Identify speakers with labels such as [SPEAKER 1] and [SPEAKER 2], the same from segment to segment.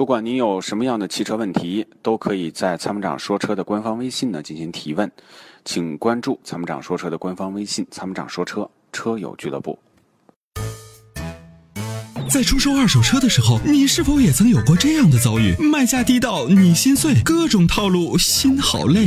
[SPEAKER 1] 不管您有什么样的汽车问题，都可以在参谋长说车的官方微信呢进行提问，请关注参谋长说车的官方微信“参谋长说车车友俱乐部
[SPEAKER 2] 在出售二手车的时候，你是否也曾有过这样的遭遇？卖价低到你心碎，各种套路，心好累。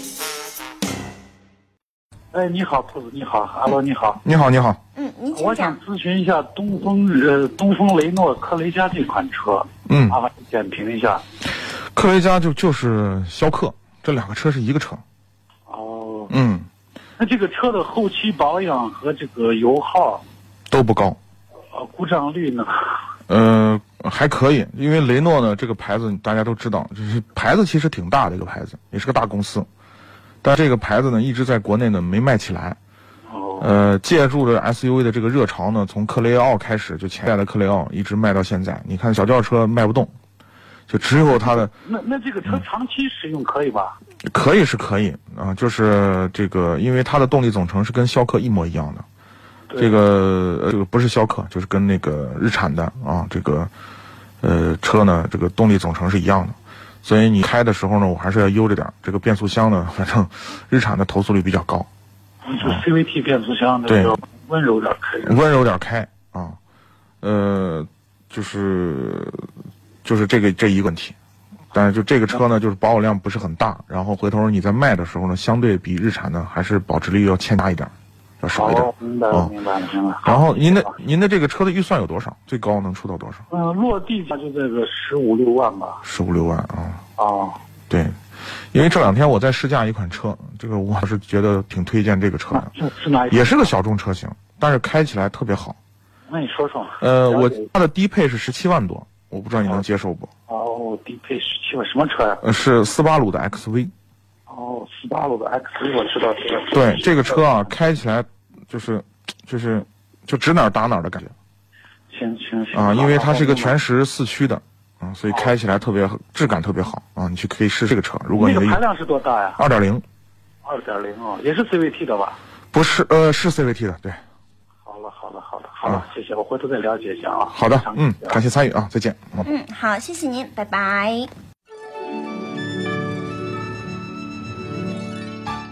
[SPEAKER 3] 哎，你好，兔子，你好，阿罗，你好，
[SPEAKER 4] 你好，你好，
[SPEAKER 5] 嗯，您请
[SPEAKER 3] 我
[SPEAKER 5] 讲
[SPEAKER 3] 想。咨询一下东风呃东风雷诺科雷嘉这款车，
[SPEAKER 4] 嗯
[SPEAKER 3] 麻烦你点评一下。
[SPEAKER 4] 科雷嘉就就是逍客，这两个车是一个车，
[SPEAKER 3] 哦，
[SPEAKER 4] 嗯，
[SPEAKER 3] 那这个车的后期保养和这个油耗、
[SPEAKER 4] 都不高，
[SPEAKER 3] 呃故障率呢？
[SPEAKER 4] 呃，还可以，因为雷诺呢这个牌子大家都知道，就是牌子其实挺大的一个牌子，也是个大公司，但这个牌子呢一直在国内呢没卖起来，
[SPEAKER 3] 哦，
[SPEAKER 4] 呃，借助着 SUV 的这个热潮呢，从克雷奥开始，就前代的克雷奥一直卖到现在，你看小轿车卖不动，就只有它的
[SPEAKER 3] 那那这个车长期使用可以吧？
[SPEAKER 4] 可以是可以啊、就是这个，因为它的动力总成是跟逍客一模一样的。
[SPEAKER 3] 对啊
[SPEAKER 4] 这个呃这个不是逍客，就是跟那个日产的啊，这个呃车呢，这个动力总成是一样的，所以你开的时候呢，我还是要悠着点儿。这个变速箱呢，反正日产的投诉率比较高，
[SPEAKER 3] 就 CVT 变速箱
[SPEAKER 4] 嗯对
[SPEAKER 3] 那
[SPEAKER 4] 嗯
[SPEAKER 3] 个温柔点可以。
[SPEAKER 4] 温柔点儿开啊，呃，就是就是这个这一个问题。但是就这个车呢，就是保有量不是很大，然后回头你在卖的时候呢，相对比日产呢还是保值率要欠佳一点儿，要少一点儿
[SPEAKER 3] 哦，。明白了，明白了，明白了。
[SPEAKER 4] 然后您的您的这个车的预算有多少？最高能出到多少？
[SPEAKER 3] 嗯、落地价就这个十五六万吧。
[SPEAKER 4] 十五六万啊、
[SPEAKER 3] 哦，
[SPEAKER 4] 对，因为这两天我在试驾一款车，这个我是觉得挺推荐这个车的，
[SPEAKER 3] 是是哪一款？
[SPEAKER 4] 也是个小众车型，但是开起来特别好。
[SPEAKER 3] 那你说说。
[SPEAKER 4] 呃，
[SPEAKER 3] 了
[SPEAKER 4] 我
[SPEAKER 3] 解
[SPEAKER 4] 它的低配是十七万多，我不知道你能接受不？
[SPEAKER 3] 哦，低配十七万什么车呀、
[SPEAKER 4] 呃，是斯巴鲁的 XV，
[SPEAKER 3] 哦，斯巴鲁的 X 我知道这个。
[SPEAKER 4] 对这个车啊，开起来就是就是就指哪儿打哪儿的感觉。
[SPEAKER 3] 行行行
[SPEAKER 4] 啊，因为它是一个全时四驱的，啊，所以开起来特别质感特别好啊，你去可以试这个车。如果
[SPEAKER 3] 那
[SPEAKER 4] 你
[SPEAKER 3] 个排
[SPEAKER 4] 的
[SPEAKER 3] 量是多大呀？
[SPEAKER 4] 二点零
[SPEAKER 3] 二点零哦，也是 CVT 的吧？
[SPEAKER 4] 不是呃是 CVT 的，对，
[SPEAKER 3] 好了好了好了好了，谢谢，我回头再了解一下啊。
[SPEAKER 4] 啊好的，嗯，
[SPEAKER 3] 感谢啊
[SPEAKER 4] 感谢参与啊，再见，嗯。
[SPEAKER 5] 嗯，好，谢谢您，拜拜。